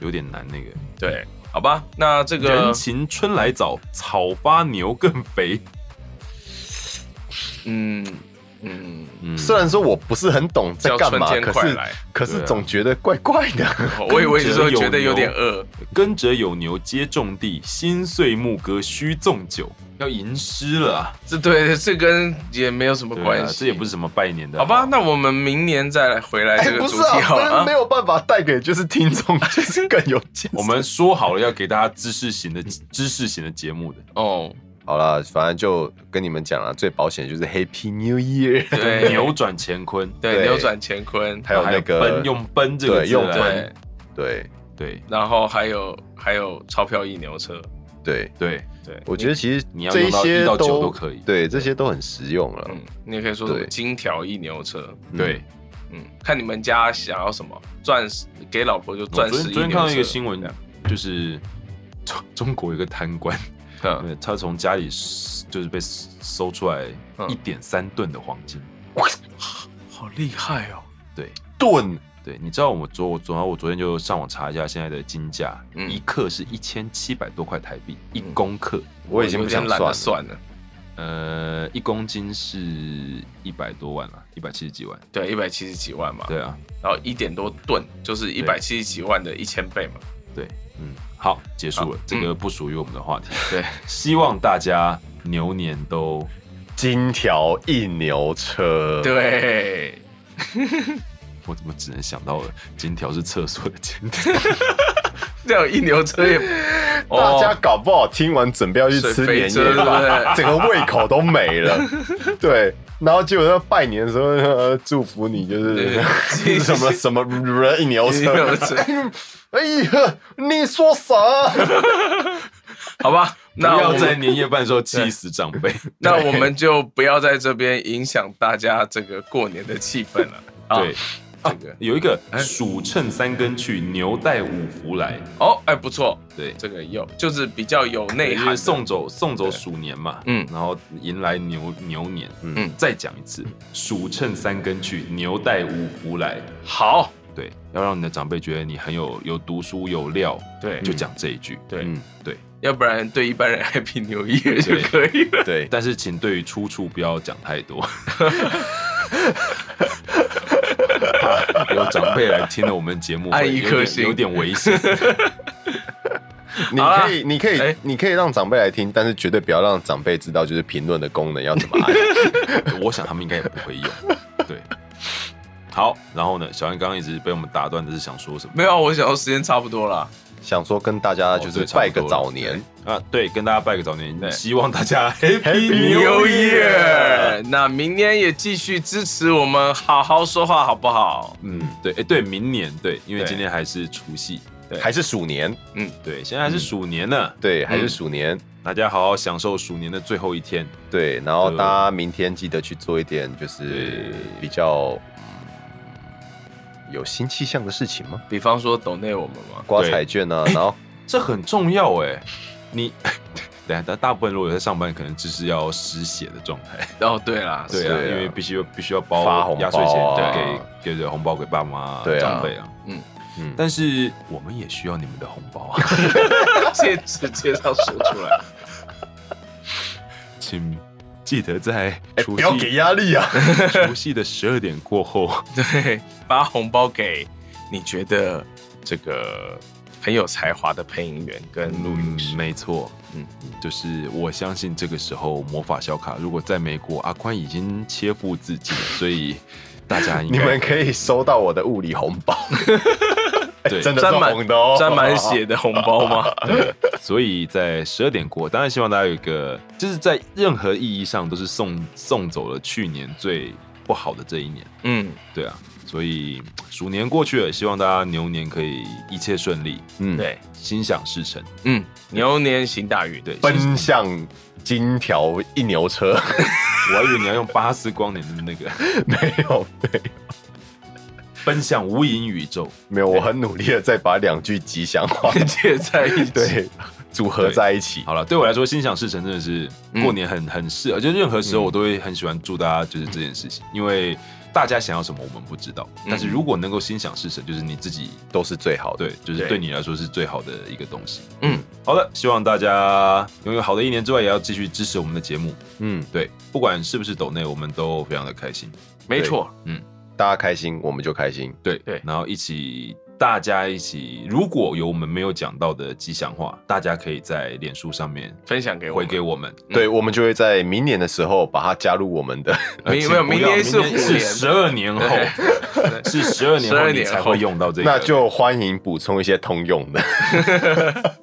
有点难那个。
对，好吧，那这
人
个，
情春来早，草发牛更肥。
嗯嗯，
嗯，
虽然说我不是很懂在
叫
干嘛，
春天
可
快
是
来
可
对
是
啊
总觉得怪怪的。
哦我以为你说觉得
有
有点饿，
耕者有牛皆种地，心碎牧歌须纵酒。要吟诗了啊，
这对这跟也没有什么
对啊
关系，
这也不是。什么拜年的。
好吧，那我们明年再来回来
哎、
这个
不
主
是
题
啊，
好
不然
了
没。有办法带给就是听众 就是更有建设
我们说好了要给大家知识型的知识型的节目的。
哦，
好了，反正就跟你们讲了，最保险就是 Happy New Year，
对，
扭转乾坤，
对
对
扭转乾坤，
还有那个
奔用奔这个
对
字来
用
对
奔，对
对
然后还有还有钞票一牛车，
对，
对，
对，
我觉得其实
你要
这
用到
些
一到九
都
都可以
对，这些都很实用啊了。
嗯，你也可以说什么
对
金条一牛车，
嗯
对，
嗯，看你们家想要什么，钻石给老婆就
我
钻
昨
石
天
一
昨
牛车。
天看到一个新闻
这样，
就是中 中国有个贪官，
嗯
对他从家里就是被搜出来
嗯
一点三吨的黄金。
好厉害哦！
对
盾
对，你知道我们昨我昨我昨天就上网查一下现在的金价，
嗯
一克是一千七百多块台币，一公克，
我已经不
有点
想
懒
算
得
了，
算了，
呃，一公斤是一百多万了，一百七十几万。
对，一百七十几万嘛，
对啊，
然后一点多吨就是一百七十几万的一千倍嘛，
对，嗯，好，结束了，这个
嗯
不属于我们的话题。
对，
希望大家牛年都
金条一牛车，
对，
我怎么只能想到了金条是厕所的金条？
这样一牛车也 哦
大家搞不好听完准备要去吃
水
年
肥
夜
猪对
饭，
不对
整个胃口都没了。 对，然后结果在拜年的时候，呃祝福你就
对
是 什么什么人牛
你有
车。
吃
哎呀，你说啥？
好吧，
不
那我
要
们
在年夜饭的时候气死长 辈。
那我们就不要在这边影响大家这个过年的气氛了。啊
对，
这个
有一个
哎
蜀趁三更去，牛带五福来。
哦，哎，不错，
对，
这个有，就是比较有内
也
涵
是
的。
送走送走鼠年嘛，
嗯
然后迎来牛牛年，
嗯
嗯，再讲一次，鼠趁三更去，牛带五福来，
好，
对，要让你的长辈觉得你很有有读书有料，
对
就讲这一句，
嗯对
嗯对，
要不然对一般人 Happy New Year 就可以了。
对，
但是请对于出处不要讲太多， 有长辈来听了我们节目会
按一
有
颗
点
星
有点危险，
嗯你
好啦
可以，你可以，
哎
你可以让长辈来听，但是绝对不要让长辈知道，就是评论的功能要怎 么按。
我想他们应该也不会用，对。好，然后呢？小安刚刚一直被我们打断，的是想说什么？
没有，啊我想要时间差不多了。
想说跟大家就
哦
是
对
拜个
差不多了
早年，
对啊，对，跟大家拜个早年，
对
希望大家 Happy
New
New Year。
Year，那明年也继续支持我们，好好说话好不好？
嗯，对，哎，对，明年对，因为
对
今天还是除夕，
对
还是鼠年，
对，现在还是鼠年呢，
对，还
嗯
是鼠年，
大家好好享受鼠年的最后一天。
对。然后
对
大家明天记得去做一点就是
对
比较嗯有新气象的事情吗？
比方说抖内我们嘛，
刮
对
彩券 啊，然后
这很重要哎、你。 等一下，但大部分如果有在上班，可能就是要失血的状态。
哦，对啦，
对
是
啊，
对啊
因为必须要必须要包
发红包啊
压岁钱
对
给给给红包给爸妈、
对啊
长辈啊。
嗯
嗯
但是我们也需要你们的红包啊，
这直接上说出来，
请记得在
哎
除
不
夕、
要给压力啊！
除夕的十二点 过后，
对，发红包给你觉得这个很有才华的配音员跟录音师。
没错，
嗯
嗯，就是我相信这个时候魔法小卡如果在美国，阿宽已经切腹自尽，所以大家应
你
该
们可以收到我的物理红包，
对
真的是
沾满
红的哦，
沾满 血的红包吗？
所以在十二点过，当然希望大家有一个，就是在任何意义上都是送送走了去年最不好的这一年，
嗯，
对啊，所以鼠年过去了，希望大家牛年可以一切顺利，
嗯，
对，
心想事成，
嗯，牛年行大运，
对，心
奔向金条一牛车，
我还以为你要用巴斯光年的那个
没有，对，
奔向无垠宇宙，
没有，我很努力的在把两句吉祥 话
接在一起，
对组合在一起。
好了，对我来说，心想事成真的是过年很、很适合，就任何时候我都会很喜欢祝大家就是这件事情，因为大家想要什么我们不知道，但是如果能够心想事成，就是你自己
都是最好的。
对，就是
对
对你来说是最好的一个东西。
嗯，
好的，希望大家拥有好的一年之外，也要继续支持我们的节目。
嗯，
对，不管是不是抖内，我们都非常的开心。
没错，
大家开心我们就开心。
对
对
然后一起大家一起，如果有我们没有讲到的吉祥话，大家可以在脸书上面
分享给我
回
们嗯
给我们。
对，我们就会在明年的时候把它加入我们的。
呃
明没有，明年是虎
是
年，
十二年后， 是十二年后
12
你
年后
才会用到这个。
那就欢迎补充一些通用的。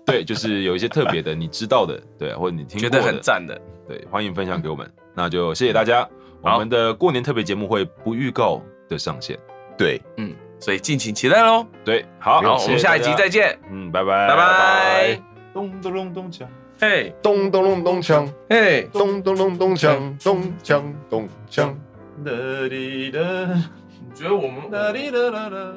对，就是有一些特别的，你知道的，对，或者你听
觉
过
得
的，
很赞的，
对，欢迎分享给 我们。那就谢谢大家，我
好
们的过年特别节目会不预告的上线。
对，
嗯，所以敬请期待喽。
对，好，
好，我们下一集，再
见。
见，
嗯，拜拜，
拜拜。
咚咚咚咚锵。
嘿，
咚咚咚咚锵，
嘿，
咚咚咚咚锵，咚锵咚锵。
哒哩哒，
你觉得我们
哒哩哒啦啦。